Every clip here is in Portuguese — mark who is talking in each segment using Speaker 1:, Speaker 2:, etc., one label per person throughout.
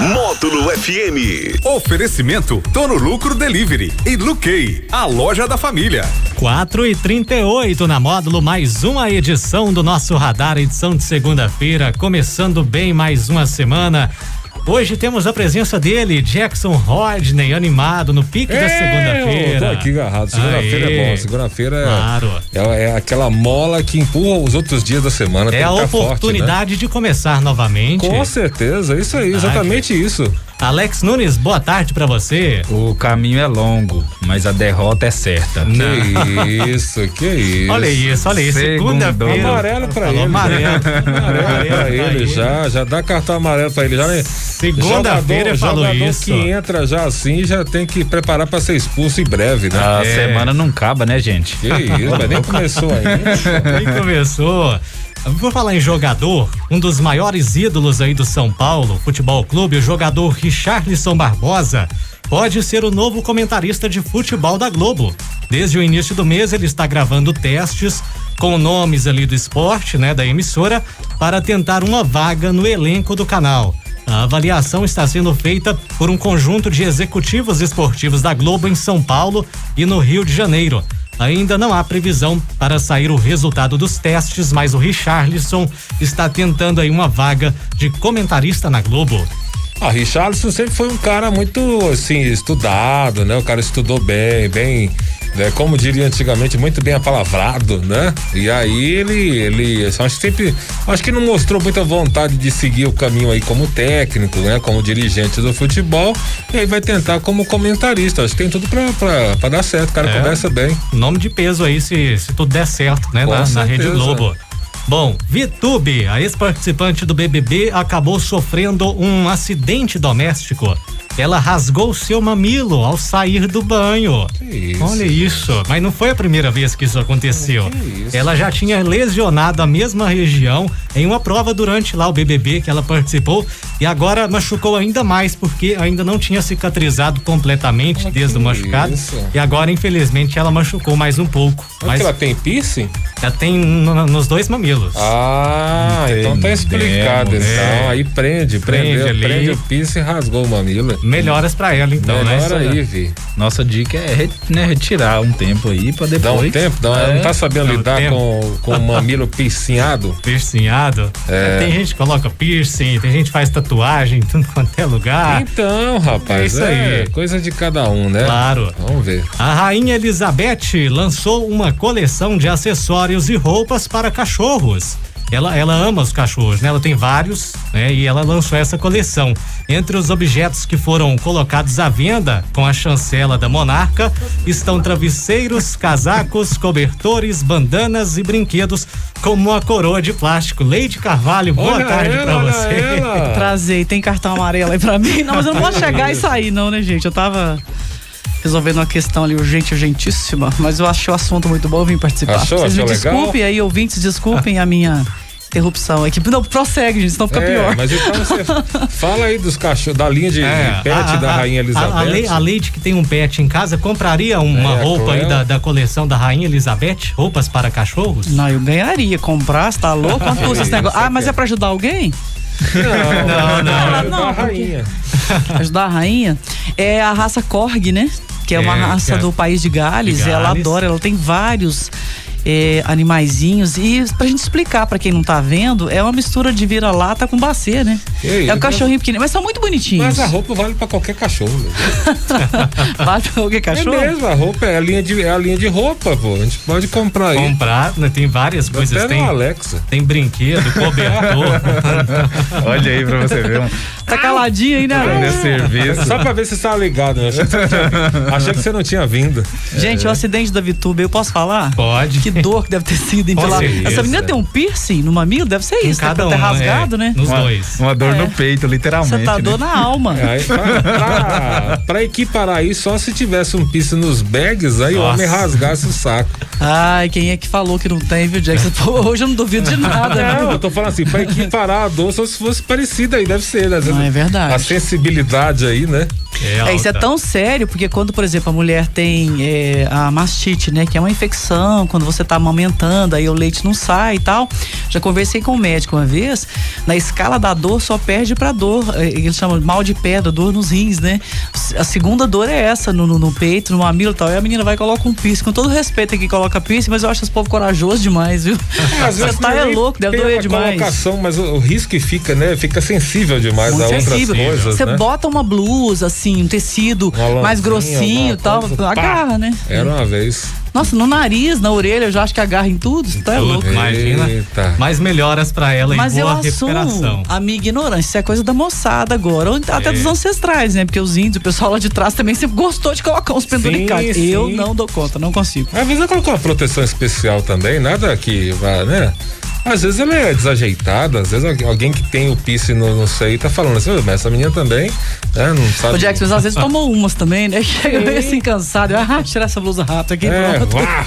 Speaker 1: Módulo FM.
Speaker 2: Oferecimento Tono Lucro Delivery e Luquei, a loja da família.
Speaker 3: 4 e 38 na módulo, mais uma edição do nosso radar, edição de segunda-feira, começando bem mais uma semana. Hoje temos a presença dele, Jackson Rodney, animado no pique É da segunda-feira.
Speaker 4: Eu tô aqui agarrado. Segunda-feira
Speaker 3: Aê. Ah.
Speaker 4: é bom. Segunda-feira é-
Speaker 3: Claro.
Speaker 4: é, é aquela mola que empurra os outros dias da semana. tem
Speaker 3: É a
Speaker 4: que tá forte, né?
Speaker 3: oportunidade de começar novamente.
Speaker 4: Com certeza, isso aí, exatamente isso.
Speaker 3: Alex Nunes, boa tarde pra você.
Speaker 5: O caminho é longo, mas a derrota é certa.
Speaker 4: Que isso, que isso.
Speaker 3: Olha isso, olha isso.
Speaker 5: Segundo.
Speaker 3: Segunda-feira.
Speaker 4: Amarelo pra
Speaker 3: Falou
Speaker 4: ele. né?
Speaker 3: Amarelo.
Speaker 4: Amarelo pra ele já, já dá cartão amarelo pra ele já. né?
Speaker 3: Segunda-feira
Speaker 4: Jogador-
Speaker 3: falou
Speaker 4: jogador
Speaker 3: isso.
Speaker 4: que entra já assim já tem que preparar pra ser expulso em breve, né?
Speaker 5: A
Speaker 3: É.
Speaker 5: semana não acaba, né, gente?
Speaker 4: Que isso, mas nem começou ainda.
Speaker 3: Aí começou. Vou falar em jogador, um dos maiores ídolos aí do São Paulo Futebol Clube, o jogador Richarlison Barbosa, pode ser o novo comentarista de futebol da Globo. Desde o início do mês ele está gravando testes com nomes ali do esporte, né, da emissora, para tentar uma vaga no elenco do canal. A avaliação está sendo feita por um conjunto de executivos esportivos da Globo em São Paulo e no Rio de Janeiro. Ainda não há previsão para sair o resultado dos testes, mas o Richarlison está tentando aí uma vaga de comentarista na Globo.
Speaker 4: Ah, Richarlison sempre foi um cara muito, assim, estudado, né? O cara estudou bem, bem, né? como diria antigamente, muito bem apalavrado, né? E aí ele, ele, acho que sempre, acho que não mostrou muita vontade de seguir o caminho aí como técnico, né? Como dirigente do futebol, e aí vai tentar como comentarista. Acho que tem tudo pra, pra, pra dar certo, o cara conversa bem.
Speaker 3: Nome de peso aí, se, se tudo der certo, né?
Speaker 4: Com
Speaker 3: Na, na Rede
Speaker 4: certeza.
Speaker 3: Globo. Bom, Vitube, a ex-participante do BBB, acabou sofrendo um acidente doméstico. Ela rasgou seu mamilo ao sair do banho.
Speaker 4: isso,
Speaker 3: Olha isso. Mas não foi a primeira vez que isso aconteceu. Ela já tinha lesionado a mesma região em uma prova durante lá o BBB que ela participou e agora machucou ainda mais porque ainda não tinha cicatrizado completamente desde o machucado.
Speaker 4: isso.
Speaker 3: E agora, infelizmente, ela machucou mais um pouco.
Speaker 4: Mas
Speaker 3: Mas
Speaker 4: que ela tem piercing?
Speaker 3: ela tem um no- nos dois mamilos.
Speaker 4: Ah, então tá explicado.
Speaker 5: Entendemos,
Speaker 4: Então, aí prende,
Speaker 3: Prende
Speaker 4: prendeu,
Speaker 3: ali.
Speaker 4: prende o piercing e rasgou o mamilo.
Speaker 3: Melhoras pra ela, então,
Speaker 4: Melhor
Speaker 3: né?
Speaker 4: É, aí, Vi.
Speaker 5: Nossa dica é re- né, retirar um tempo aí pra depois.
Speaker 4: Dá um tempo, dá,
Speaker 5: É.
Speaker 4: não tá sabendo
Speaker 3: dá um
Speaker 4: lidar
Speaker 3: tempo.
Speaker 4: com, com o mamilo piscinhado?
Speaker 3: Piercinhado.
Speaker 4: É.
Speaker 3: Tem gente que coloca piercing, tem gente que faz tatuagem, em tudo quanto é lugar.
Speaker 4: Então, rapaz,
Speaker 3: É isso aí.
Speaker 4: coisa de cada um, né?
Speaker 3: Claro.
Speaker 4: Vamos ver.
Speaker 3: A rainha Elizabeth lançou uma coleção de acessórios e roupas para cachorros. Ela, ela ama os cachorros, né? Ela tem vários, né? E ela lançou essa coleção. Entre os objetos que foram colocados à venda com a chancela da monarca estão travesseiros, casacos, cobertores, bandanas e brinquedos, como a coroa de plástico. Leite Carvalho, boa
Speaker 4: Olha
Speaker 3: tarde
Speaker 4: ela,
Speaker 3: pra
Speaker 4: olha
Speaker 3: você.
Speaker 4: ela.
Speaker 6: Trazer, tem cartão amarelo aí pra mim. Não, mas eu não posso chegar e sair, não, né, gente? Eu tava resolvendo uma questão ali urgente, urgentíssima, mas eu achei o assunto muito bom, eu vim participar.
Speaker 4: Achou?
Speaker 6: Vocês me
Speaker 4: Achou legal?
Speaker 6: desculpem aí, ouvintes, desculpem a minha interrupção aqui. Não, prossegue, gente, senão fica
Speaker 4: É,
Speaker 6: pior.
Speaker 4: mas então você fala aí dos cachorros, da linha de,
Speaker 3: É.
Speaker 4: de pet
Speaker 3: a-
Speaker 4: da
Speaker 3: a-
Speaker 4: Rainha
Speaker 3: a-
Speaker 4: Elizabeth.
Speaker 3: A, Le- a Leite que tem um pet em casa compraria uma
Speaker 4: É,
Speaker 3: roupa aí
Speaker 4: claro.
Speaker 3: da, da coleção da Rainha Elizabeth? Roupas para cachorros?
Speaker 6: Não, eu ganharia. Comprar, você tá louco? Quanto custa esse negócio? Ah, mas é pra ajudar alguém?
Speaker 4: Não,
Speaker 6: não,
Speaker 4: é
Speaker 6: não,
Speaker 4: da
Speaker 6: porque-
Speaker 4: rainha.
Speaker 6: Ajudar a rainha? É a raça Korg, né? Que é uma
Speaker 3: É,
Speaker 6: raça
Speaker 3: que é-
Speaker 6: do país de Gales.
Speaker 3: de
Speaker 6: Ela
Speaker 3: Gales.
Speaker 6: adora, ela tem vários é, animaizinhos. E pra gente explicar pra quem não tá vendo, é uma mistura de vira-lata com bacê, né?
Speaker 4: Que isso,
Speaker 6: é um cachorrinho pequenininho, mas são muito bonitinhos.
Speaker 4: Mas a roupa vale pra qualquer cachorro. meu Deus.
Speaker 6: Bate o que, cachorro?
Speaker 4: É mesmo, a roupa é a linha de, é a linha de roupa, pô. A gente pode comprar aí.
Speaker 3: Comprar, né? Tem várias coisas.
Speaker 4: Até
Speaker 3: Tem,
Speaker 4: no Alexa.
Speaker 3: tem brinquedo, cobertor.
Speaker 5: Olha aí pra você ver. Um,
Speaker 3: Ah,
Speaker 6: Tá caladinho aí,
Speaker 3: é
Speaker 6: né?
Speaker 5: nesse
Speaker 3: assim.
Speaker 5: serviço.
Speaker 4: Só pra ver se você tá ligado, né? Achei que você não tinha vindo. Achei que você não tinha vindo.
Speaker 6: Gente, o acidente da Vitube, eu posso falar?
Speaker 3: É. Pode.
Speaker 6: Que dor que deve ter sido, hein?
Speaker 3: Com
Speaker 6: Pela...
Speaker 3: certeza.
Speaker 6: Essa menina tem um piercing no mamilo? Deve ser
Speaker 3: Em
Speaker 6: isso.
Speaker 3: cada
Speaker 6: deve ter
Speaker 3: um,
Speaker 6: rasgado,
Speaker 3: é, né?
Speaker 6: né?
Speaker 3: Nos
Speaker 5: uma,
Speaker 3: dois.
Speaker 5: uma dor
Speaker 6: É.
Speaker 5: no peito, literalmente. né?
Speaker 6: Você tá dor na alma.
Speaker 3: É.
Speaker 4: Aí, pra, pra- pra equiparar aí, só se tivesse um piso nos bags, aí o
Speaker 3: Nossa.
Speaker 4: homem rasgasse o saco.
Speaker 6: Ai, quem é que falou que não tem, viu, Jackson? Pô, hoje eu não duvido de nada, né?
Speaker 4: Não, eu tô falando assim, pra equiparar a dor, só se fosse parecida aí, deve ser. né? Às vezes
Speaker 6: Ah, é verdade.
Speaker 4: A sensibilidade aí, né?
Speaker 6: É, isso é
Speaker 3: alta.
Speaker 6: tão sério, porque quando, por exemplo, a mulher tem é, a mastite, né? Que é uma infecção, quando você tá amamentando, aí o leite não sai e tal. Já conversei com um médico uma vez, na escala da dor só perde pra dor. é, Ele chama mal de pedra, dor nos rins, né? A segunda dor é essa, no, no- no peito, no mamilo e tal. E a menina vai e coloca um piercing. Com todo respeito aqui, coloca piercing, mas eu acho esse povo corajoso demais, viu? Você tá é
Speaker 4: nem
Speaker 6: louco, deve
Speaker 4: tem
Speaker 6: doer
Speaker 4: uma
Speaker 6: demais.
Speaker 4: Colocação, mas o, o risco que fica, né? Fica sensível demais
Speaker 6: Muito
Speaker 4: a
Speaker 6: sensível.
Speaker 4: outras coisas.
Speaker 6: Você
Speaker 4: né?
Speaker 6: bota uma blusa, assim, um tecido
Speaker 4: Um alãozinho,
Speaker 6: mais grossinho e
Speaker 4: alguma
Speaker 6: tal,
Speaker 4: coisa, assim, pá. É.
Speaker 6: agarra, né?
Speaker 4: Era uma vez.
Speaker 6: Nossa, no nariz, na orelha, eu já acho que agarra em tudo. Você tá é
Speaker 3: Tudo,
Speaker 6: louco.
Speaker 3: Imagina.
Speaker 4: Eita.
Speaker 3: Mais melhoras pra ela
Speaker 6: Mas
Speaker 3: e
Speaker 6: eu
Speaker 3: boa
Speaker 6: assumo
Speaker 3: recuperação.
Speaker 6: a minha ignorância. Isso é coisa da moçada agora. Ou
Speaker 4: É.
Speaker 6: até dos ancestrais, né? Porque os índios, o pessoal lá de trás também sempre gostou de colocar uns penduricários.
Speaker 4: sim.
Speaker 6: Eu não dou conta, não consigo.
Speaker 4: Às vezes ela colocou uma proteção especial também, nada que vá, né? Às vezes ela é desajeitada, às vezes algu- alguém que tem o pisse no, no seio tá falando assim, "Ô, mas essa menina também, né? Não sabe.
Speaker 6: O Jackson às vezes tomou umas também, né? Chega meio assim cansado. Eu, Ah, tirar essa blusa rápido aqui.
Speaker 4: é,
Speaker 6: pronto.
Speaker 4: vá.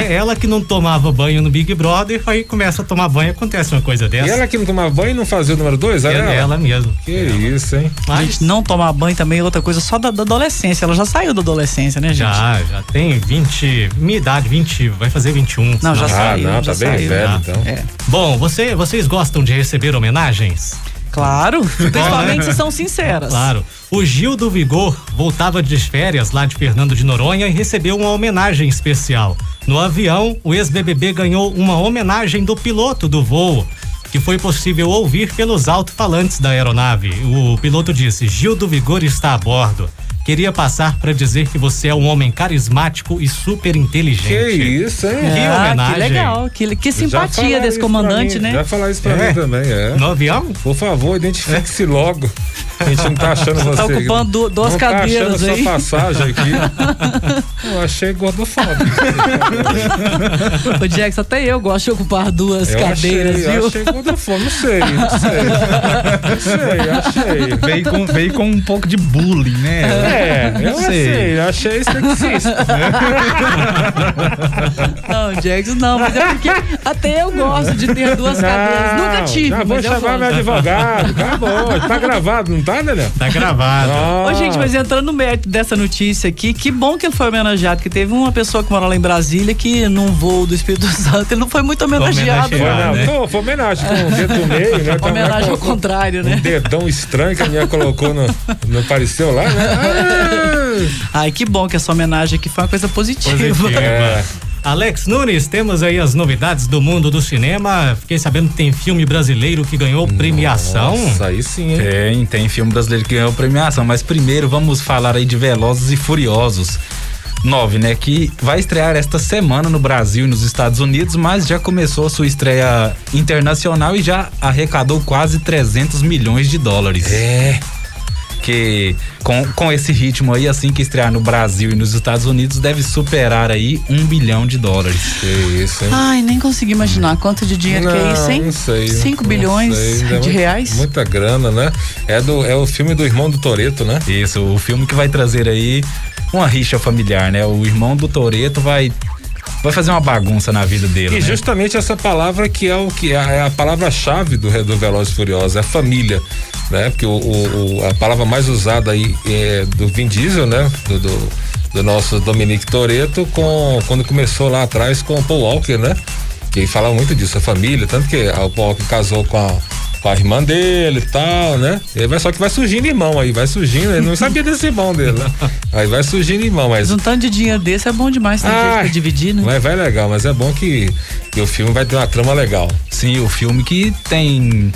Speaker 3: É ela que não tomava banho no Big Brother, aí começa a tomar banho, acontece uma coisa
Speaker 4: E
Speaker 3: dessa.
Speaker 4: ela que não tomava banho e não fazia o número dois?
Speaker 3: É
Speaker 4: Era
Speaker 3: ela,
Speaker 4: ela?
Speaker 3: mesmo.
Speaker 4: Que isso, hein?
Speaker 3: Mas
Speaker 6: Gente, não tomar banho também é outra coisa só da, da adolescência. Ela já saiu da adolescência, né, gente?
Speaker 3: já, já tem 20. Minha idade, 20, vai fazer 21.
Speaker 6: Não, já
Speaker 3: senão-
Speaker 4: Ah,
Speaker 6: saiu.
Speaker 4: não,
Speaker 6: já
Speaker 4: tá bem
Speaker 6: saiu.
Speaker 4: velho,
Speaker 3: né?
Speaker 4: então.
Speaker 6: É.
Speaker 3: Bom, você, vocês gostam de receber homenagens?
Speaker 6: Claro. Principalmente se são sinceras.
Speaker 3: Claro. O Gil do Vigor voltava de férias lá de Fernando de Noronha e recebeu uma homenagem especial. No avião, o ex-BBB ganhou uma homenagem do piloto do voo, que foi possível ouvir pelos alto-falantes da aeronave. O piloto disse: Gil do Vigor está a bordo. Queria passar para dizer que você é um homem carismático e super inteligente.
Speaker 4: Que isso, hein?
Speaker 3: Que
Speaker 6: Ah,
Speaker 3: homenagem.
Speaker 6: Que legal, que, que
Speaker 4: Já
Speaker 6: simpatia
Speaker 4: falaram
Speaker 6: desse
Speaker 4: isso pra
Speaker 6: comandante,
Speaker 4: mim,
Speaker 6: né?
Speaker 4: Já falar isso pra
Speaker 3: É.
Speaker 4: mim também, é.
Speaker 3: No avião?
Speaker 4: Por favor, identifique-se logo. A gente não tá achando você.
Speaker 6: tá ocupando du- duas
Speaker 4: não
Speaker 6: cadeiras
Speaker 4: tá achando
Speaker 6: aí.
Speaker 4: sua passagem aqui. Eu achei gordofóbico.
Speaker 6: Ô Jackson, até eu gosto de ocupar duas
Speaker 4: Eu
Speaker 6: cadeiras,
Speaker 4: achei,
Speaker 6: viu?
Speaker 4: Eu achei gordofóbico, não sei, não sei. Não sei, eu achei.
Speaker 5: Veio com, veio com um pouco de bullying, né?
Speaker 4: É, eu achei,
Speaker 5: Sei.
Speaker 4: eu achei sexista.
Speaker 6: Não, Jackson, não, mas é porque até eu gosto de ter duas cadeiras.
Speaker 4: Não,
Speaker 6: Nunca tive,
Speaker 4: Já vou
Speaker 6: mas eu
Speaker 4: chamar meu
Speaker 6: gosto.
Speaker 4: advogado, acabou. Tá gravado, não tá, Ah, Daniel?
Speaker 3: Tá gravado.
Speaker 6: Ô, gente, mas entrando no mérito dessa notícia aqui, que bom que ele foi homenageado, porque teve uma pessoa que mora lá em Brasília que, num voo do Espírito Santo, ele não foi muito homenageado.
Speaker 4: Foi,
Speaker 3: Homenageado.
Speaker 6: não.
Speaker 3: Ah,
Speaker 4: não,
Speaker 3: né?
Speaker 4: não, foi homenagem com o dedo do meio, né? Tá,
Speaker 6: Homenagem ao
Speaker 4: colocou
Speaker 6: contrário,
Speaker 4: Um
Speaker 6: né?
Speaker 4: dedão estranho que a minha colocou no. Não apareceu lá, né? Ah,
Speaker 6: Ai, que bom que essa homenagem aqui foi uma coisa positiva.
Speaker 3: Positivo.
Speaker 4: É.
Speaker 3: Alex Nunes, temos aí as novidades do mundo do cinema. Fiquei sabendo que tem filme brasileiro que ganhou premiação.
Speaker 4: Nossa, aí sim, hein?
Speaker 5: Tem, tem filme brasileiro que ganhou premiação, mas primeiro vamos falar aí de Velozes e Furiosos. 9, né? Que vai estrear esta semana no Brasil e nos Estados Unidos, mas já começou a sua estreia internacional e já arrecadou quase 300 milhões de dólares.
Speaker 4: É.
Speaker 5: que com, com esse ritmo aí, assim que estrear no Brasil e nos Estados Unidos, deve superar aí um bilhão de dólares.
Speaker 4: Que isso, hein?
Speaker 6: Ai, nem consegui imaginar quanto de dinheiro Ah, que é isso, hein?
Speaker 4: Não sei.
Speaker 6: 5
Speaker 4: não
Speaker 6: bilhões
Speaker 4: sei, ainda é
Speaker 6: de
Speaker 4: mu-
Speaker 6: reais?
Speaker 4: Muita grana, né? É, do, é o filme do irmão do Toreto, né?
Speaker 5: Isso, o filme que vai trazer aí uma rixa familiar, né? O irmão do Toreto vai vai fazer uma bagunça na vida dele,
Speaker 4: E
Speaker 5: né?
Speaker 4: justamente essa palavra que é o que é a, é a palavra-chave do, do Veloz e Furioso, é a família, né? Porque o, o- o- a palavra mais usada aí é do Vin Diesel, né? Do, do, do nosso Dominique Toreto, com quando começou lá atrás com o Paul Walker, né? Que falava muito disso, a família, tanto que a- o Paul Walker casou com a com a irmã dele e tal, né? E vai, só que vai surgindo irmão aí, vai surgindo, ele não sabia desse irmão dele, né? Aí vai surgindo irmão, mas
Speaker 6: Mas um tanto de dinheiro desse é bom demais, tem jeito pra
Speaker 4: Ai,
Speaker 6: dividir, né?
Speaker 4: Mas vai legal, mas é bom que, que o filme vai ter uma trama legal.
Speaker 5: Sim, o filme que tem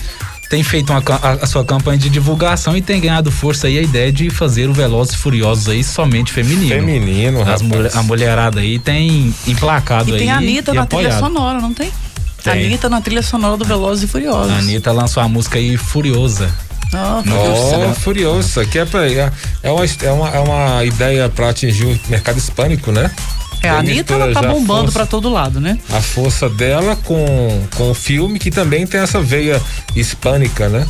Speaker 5: tem feito uma ca- a, a sua campanha de divulgação e tem ganhado força aí a ideia de fazer o Velozes e Furiosos aí somente feminino.
Speaker 4: Feminino,
Speaker 5: As
Speaker 4: rapaz.
Speaker 5: mulher- a mulherada aí tem emplacado
Speaker 6: E
Speaker 5: aí
Speaker 6: tem a Anitta
Speaker 5: e
Speaker 6: na trilha
Speaker 5: apoiado.
Speaker 6: sonora, não tem?
Speaker 5: Tem.
Speaker 6: Anitta na trilha sonora do Velozes e Furiosos.
Speaker 5: A Anitta lançou a música aí Furiosa.
Speaker 6: Ah,
Speaker 4: Oh, furioso, que é, pra, é, é uma, é, uma, é uma ideia pra atingir o mercado hispânico, né?
Speaker 6: é, a
Speaker 4: Ela
Speaker 6: Anitta ela
Speaker 4: mistura
Speaker 6: tá
Speaker 4: já
Speaker 6: bombando
Speaker 4: força.
Speaker 6: pra todo lado, né?
Speaker 4: A força dela com, com o filme que também tem essa veia hispânica, né?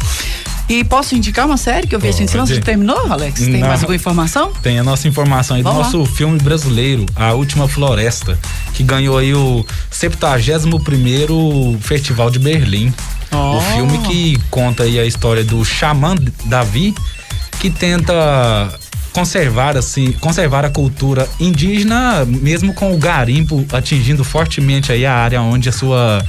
Speaker 6: E posso indicar uma série que eu vi assim, se não
Speaker 5: Pode.
Speaker 6: você terminou, Alex? Tem
Speaker 5: Não.
Speaker 6: mais alguma informação?
Speaker 5: Tem a nossa informação aí do
Speaker 6: Vamos
Speaker 5: nosso filme brasileiro, A Última Floresta, que ganhou aí o 71º Festival de Berlim.
Speaker 6: Oh.
Speaker 5: O filme que conta aí a história do xamã Davi, que tenta conservar assim, conservar a cultura indígena, mesmo com o garimpo atingindo fortemente aí a área onde a sua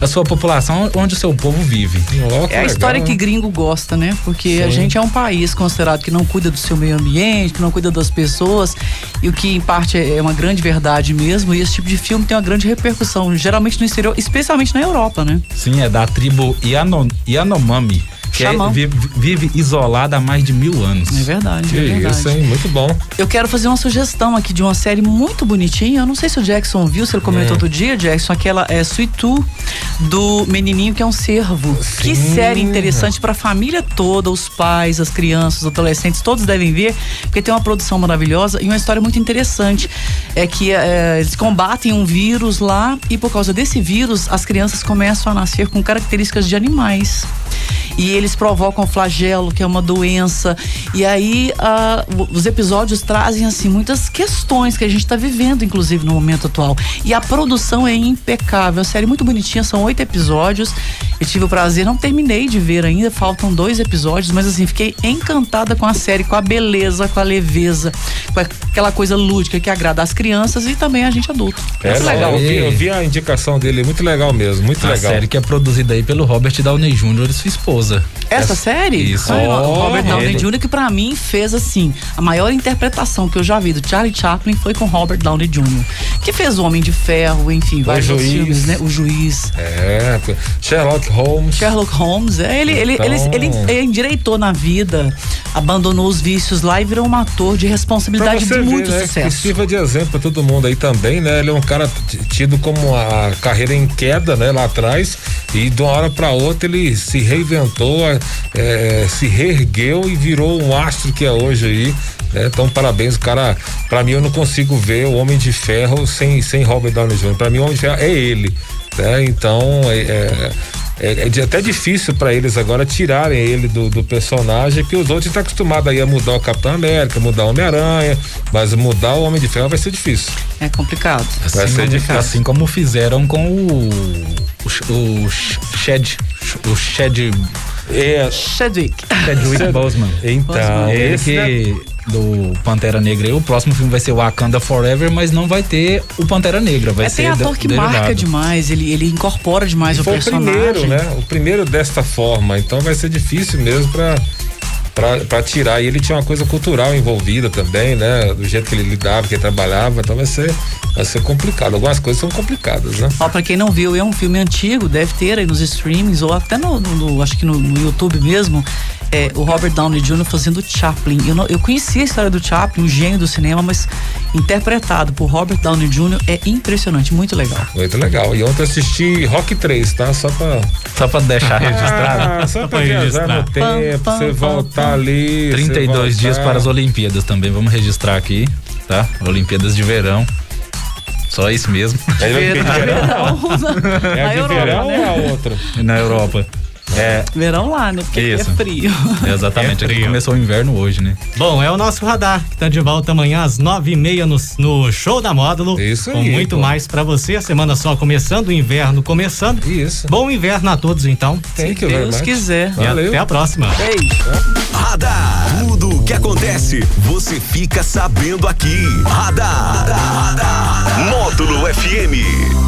Speaker 5: a sua população, onde o seu povo vive.
Speaker 4: Ó, que
Speaker 6: É a
Speaker 4: legal,
Speaker 6: história
Speaker 4: né?
Speaker 6: que gringo gosta, né? Porque
Speaker 4: Sim.
Speaker 6: a gente é um país considerado que não cuida do seu meio ambiente, que não cuida das pessoas, e o que em parte é uma grande verdade mesmo, e esse tipo de filme tem uma grande repercussão, geralmente no exterior, especialmente na Europa, né?
Speaker 5: Sim, é da tribo Yano, Yanomami, que é-
Speaker 6: Xamã.
Speaker 5: vi- vive, isolada há mais de mil anos.
Speaker 6: É verdade,
Speaker 4: Que
Speaker 6: é verdade.
Speaker 4: isso, hein? Muito bom.
Speaker 6: Eu quero fazer uma sugestão aqui de uma série muito bonitinha. Eu não sei se o Jackson viu, se ele comentou outro dia, Jackson, aquela é Sweet Tooth do menininho que é um cervo. Que série interessante pra família toda, os pais, as crianças, os adolescentes, todos devem ver, porque tem uma produção maravilhosa e uma história muito interessante. É que é, eles combatem um vírus lá e por causa desse vírus as crianças começam a nascer com características de animais e eles provocam flagelo, que é uma doença. E aí ah, o- os episódios trazem assim muitas questões que a gente está vivendo, inclusive no momento atual. E a produção é impecável, a série é muito bonitinha, são oito episódios. Eu tive o prazer, não terminei de ver ainda, faltam dois episódios, mas assim fiquei encantada com a série, com a beleza, com a leveza, com aquela coisa lúdica que agrada as crianças e também a gente adulto.
Speaker 4: É,
Speaker 6: Muito
Speaker 4: não,
Speaker 6: legal.
Speaker 4: Eu vi, eu vi a indicação dele, muito legal mesmo, muito
Speaker 5: A
Speaker 4: legal.
Speaker 5: série que é produzida aí pelo Robert Downey Jr. e sua esposa.
Speaker 6: Essa série?
Speaker 5: Isso.
Speaker 6: Ai, o Robert Downey
Speaker 5: ele.
Speaker 6: Jr., que pra mim fez assim, a maior interpretação que eu já vi do Charlie Chaplin foi com Robert Downey Jr., que fez o Homem de Ferro, enfim, vários outros
Speaker 4: Juiz.
Speaker 6: filmes, né? O Juiz.
Speaker 4: É, Sherlock Holmes.
Speaker 6: Sherlock Holmes, é, ele, ele,
Speaker 4: Então-
Speaker 6: ele, ele, ele endireitou na vida, abandonou os vícios lá e virou um ator de
Speaker 4: Pra
Speaker 6: responsabilidade
Speaker 4: você
Speaker 6: de muito
Speaker 4: ver, né, Que
Speaker 6: sucesso.
Speaker 4: sirva de exemplo pra todo mundo aí também, né? Ele é um cara t- tido como a carreira em queda, né? Lá atrás e de uma hora pra outra ele se reinventou, eh, se reergueu e virou um astro que é hoje aí. né? Então, parabéns, o cara. Pra mim, eu não consigo ver o Homem de Ferro sem, sem Robert Downey Jr. Pra mim, o Homem de Ferro é ele. né? Então, é, é- é- é de- até difícil pra eles agora tirarem ele do, do personagem, que os outros estão acostumados aí a mudar o Capitão América, mudar o Homem-Aranha, mas mudar o Homem de Ferro vai ser difícil.
Speaker 6: É complicado.
Speaker 5: Assim,
Speaker 4: Vai ser
Speaker 5: como,
Speaker 4: difícil.
Speaker 5: assim como fizeram com o. O, Sh- o Sh- Shed. O Shed.
Speaker 4: É,
Speaker 6: Chadwick.
Speaker 5: Chadwick Boseman.
Speaker 4: então,
Speaker 5: Ele
Speaker 4: esse, né?
Speaker 5: que. é Do Pantera Negra. E o próximo filme vai ser Wakanda Forever, mas não vai ter o Pantera Negra. Vai
Speaker 6: É,
Speaker 5: ser
Speaker 6: tem ator
Speaker 5: de-
Speaker 6: que
Speaker 5: derivado.
Speaker 6: marca demais, ele, ele incorpora demais o
Speaker 4: foi o
Speaker 6: personagem.
Speaker 4: primeiro, né? O primeiro desta forma. Então vai ser difícil mesmo pra. Pra, pra tirar, e ele tinha uma coisa cultural envolvida também, né? Do jeito que ele lidava, que ele trabalhava, então vai ser, vai ser complicado. Algumas coisas são complicadas, né?
Speaker 6: Ó, pra quem não viu, é um filme antigo, deve ter aí nos streamings, ou até no, no- no- acho que no, no YouTube mesmo, é, o Robert Downey Jr. fazendo Chaplin. Eu, não- eu conheci a história do Chaplin, um gênio do cinema, mas interpretado por Robert Downey Jr. é impressionante, muito legal.
Speaker 4: Muito legal. E ontem eu assisti Rock 3, tá? Só pra.
Speaker 5: Só pra deixar registrado.
Speaker 4: Ah, só pra
Speaker 3: pra
Speaker 4: viajar
Speaker 3: registrar.
Speaker 4: no tempo,
Speaker 6: Pam,
Speaker 4: é
Speaker 6: pam,
Speaker 4: você
Speaker 6: pam,
Speaker 4: voltar
Speaker 6: pam.
Speaker 4: ali. você
Speaker 5: 32 dias
Speaker 4: voltar.
Speaker 5: para as Olimpíadas também, vamos registrar aqui, tá? Olimpíadas de verão. Só isso mesmo.
Speaker 4: É de verão? É a
Speaker 6: Na
Speaker 4: de
Speaker 6: Europa,
Speaker 4: verão ou
Speaker 6: né?
Speaker 4: a outra?
Speaker 5: Na Europa. É,
Speaker 6: Verão lá, né? Porque aqui
Speaker 5: Isso.
Speaker 6: é frio.
Speaker 5: é exatamente.
Speaker 3: É
Speaker 5: Aqui
Speaker 3: frio.
Speaker 5: começou o inverno hoje, né?
Speaker 3: Bom, é o nosso radar que tá de volta amanhã às nove e meia no, no show da Módulo.
Speaker 4: Isso
Speaker 3: Com
Speaker 4: aí,
Speaker 3: muito
Speaker 4: pô.
Speaker 3: mais pra você. A semana só começando, o inverno começando.
Speaker 4: Isso.
Speaker 3: Bom inverno a todos então.
Speaker 4: Tem que
Speaker 6: Se Deus quiser.
Speaker 3: E
Speaker 4: Valeu.
Speaker 3: até a próxima.
Speaker 6: Beijo.
Speaker 1: Radar. Tudo o que acontece, você fica sabendo aqui. Radar. Módulo FM.